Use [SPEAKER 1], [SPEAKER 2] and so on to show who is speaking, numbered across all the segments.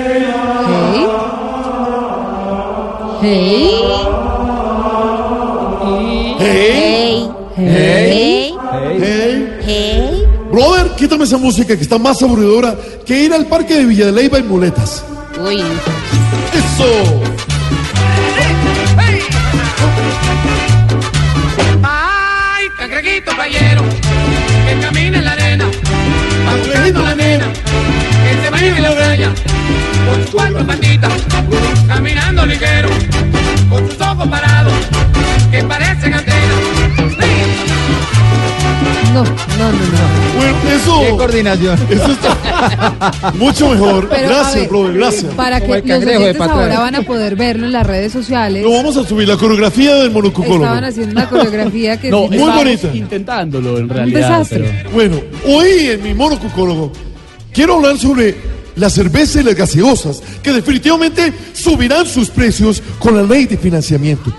[SPEAKER 1] Hey. Hey.
[SPEAKER 2] Hey.
[SPEAKER 1] Hey.
[SPEAKER 2] Hey.
[SPEAKER 1] Hey.
[SPEAKER 2] Brother, quítame esa música que está más aburridora que ir al parque de Villa de Leyva en muletas.
[SPEAKER 1] Uy.
[SPEAKER 2] ¡Eso!
[SPEAKER 3] Ay, cangrejito playero, que camina en la arena, va buscando la nena, que se baña en la playa, con sus cuatro patitas, caminando ligero, con sus ojos parados, que parecen antenas. Sí.
[SPEAKER 1] No, no, no, no.
[SPEAKER 2] Bueno,
[SPEAKER 4] ¡Qué
[SPEAKER 2] eso,
[SPEAKER 4] coordinación!
[SPEAKER 2] eso está mucho mejor.
[SPEAKER 1] Pero, a
[SPEAKER 2] gracias,
[SPEAKER 1] ver,
[SPEAKER 2] brother, gracias.
[SPEAKER 1] Para que
[SPEAKER 4] Como
[SPEAKER 1] los
[SPEAKER 4] el cangrejo de
[SPEAKER 1] oyentes
[SPEAKER 4] Patrón.
[SPEAKER 1] ahora van a poder verlo en las redes sociales.
[SPEAKER 2] Lo vamos a subir, la coreografía del
[SPEAKER 1] Estaban
[SPEAKER 2] monocucólogo.
[SPEAKER 1] haciendo una coreografía que
[SPEAKER 5] No,
[SPEAKER 1] sí,
[SPEAKER 2] muy
[SPEAKER 5] estamos
[SPEAKER 2] bonita.
[SPEAKER 5] intentándolo en
[SPEAKER 1] un
[SPEAKER 5] realidad.
[SPEAKER 1] desastre.
[SPEAKER 2] Bueno, hoy en mi monocucólogo quiero hablar sobre la cerveza y las gaseosas, que definitivamente subirán sus precios con la ley de financiamiento.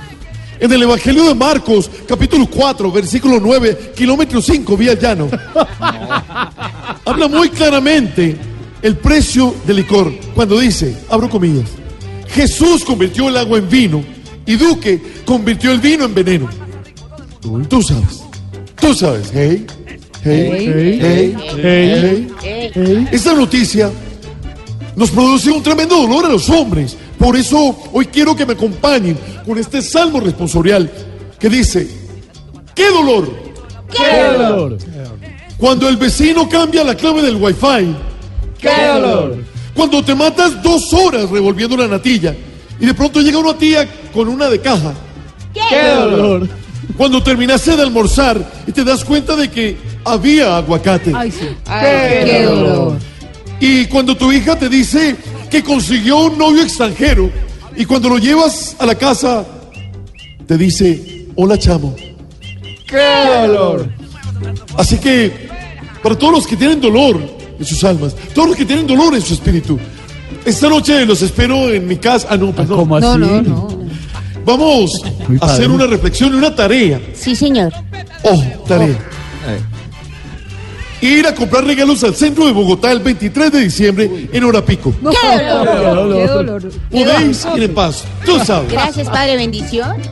[SPEAKER 2] En el Evangelio de Marcos, capítulo 4, versículo 9, kilómetro 5, vía llano, habla muy claramente el precio del licor cuando dice, abro comillas, Jesús convirtió el agua en vino y Duque convirtió el vino en veneno. Tú sabes, tú sabes, ¿eh? hey, hey, hey, hey, hey, hey. Esta noticia nos produce un tremendo dolor a los hombres. Por eso hoy quiero que me acompañen con este salmo responsorial que dice, ¡qué dolor!
[SPEAKER 5] ¡Qué dolor!
[SPEAKER 2] Cuando el vecino cambia la clave del wifi,
[SPEAKER 5] ¡Qué dolor!
[SPEAKER 2] cuando te matas dos horas revolviendo una natilla y de pronto llega una tía con una de caja,
[SPEAKER 5] ¡Qué dolor!
[SPEAKER 2] cuando terminaste de almorzar y te das cuenta de que había aguacate
[SPEAKER 1] Ay, sí. Ay, qué dolor.
[SPEAKER 2] y cuando tu hija te dice que consiguió un novio extranjero y cuando lo llevas a la casa te dice, hola chamo.
[SPEAKER 5] ¡Qué dolor!
[SPEAKER 2] Así que, para todos los que tienen dolor en sus almas, todos los que tienen dolor en su espíritu, esta noche los espero en mi casa. Ah, no, perdón.
[SPEAKER 5] ¿Cómo
[SPEAKER 1] No,
[SPEAKER 5] así?
[SPEAKER 1] no, no.
[SPEAKER 2] Vamos
[SPEAKER 5] Muy
[SPEAKER 2] a hacer
[SPEAKER 5] padre.
[SPEAKER 2] una reflexión y una tarea.
[SPEAKER 6] Sí, señor.
[SPEAKER 2] Oh, tarea.
[SPEAKER 5] Oh.
[SPEAKER 2] Ir a comprar regalos al centro de Bogotá el 23 de diciembre en hora pico.
[SPEAKER 1] No,
[SPEAKER 6] Qué
[SPEAKER 1] Qué dolor.
[SPEAKER 2] Podéis ir en paz. Tú sabes.
[SPEAKER 6] Gracias, padre. Bendición.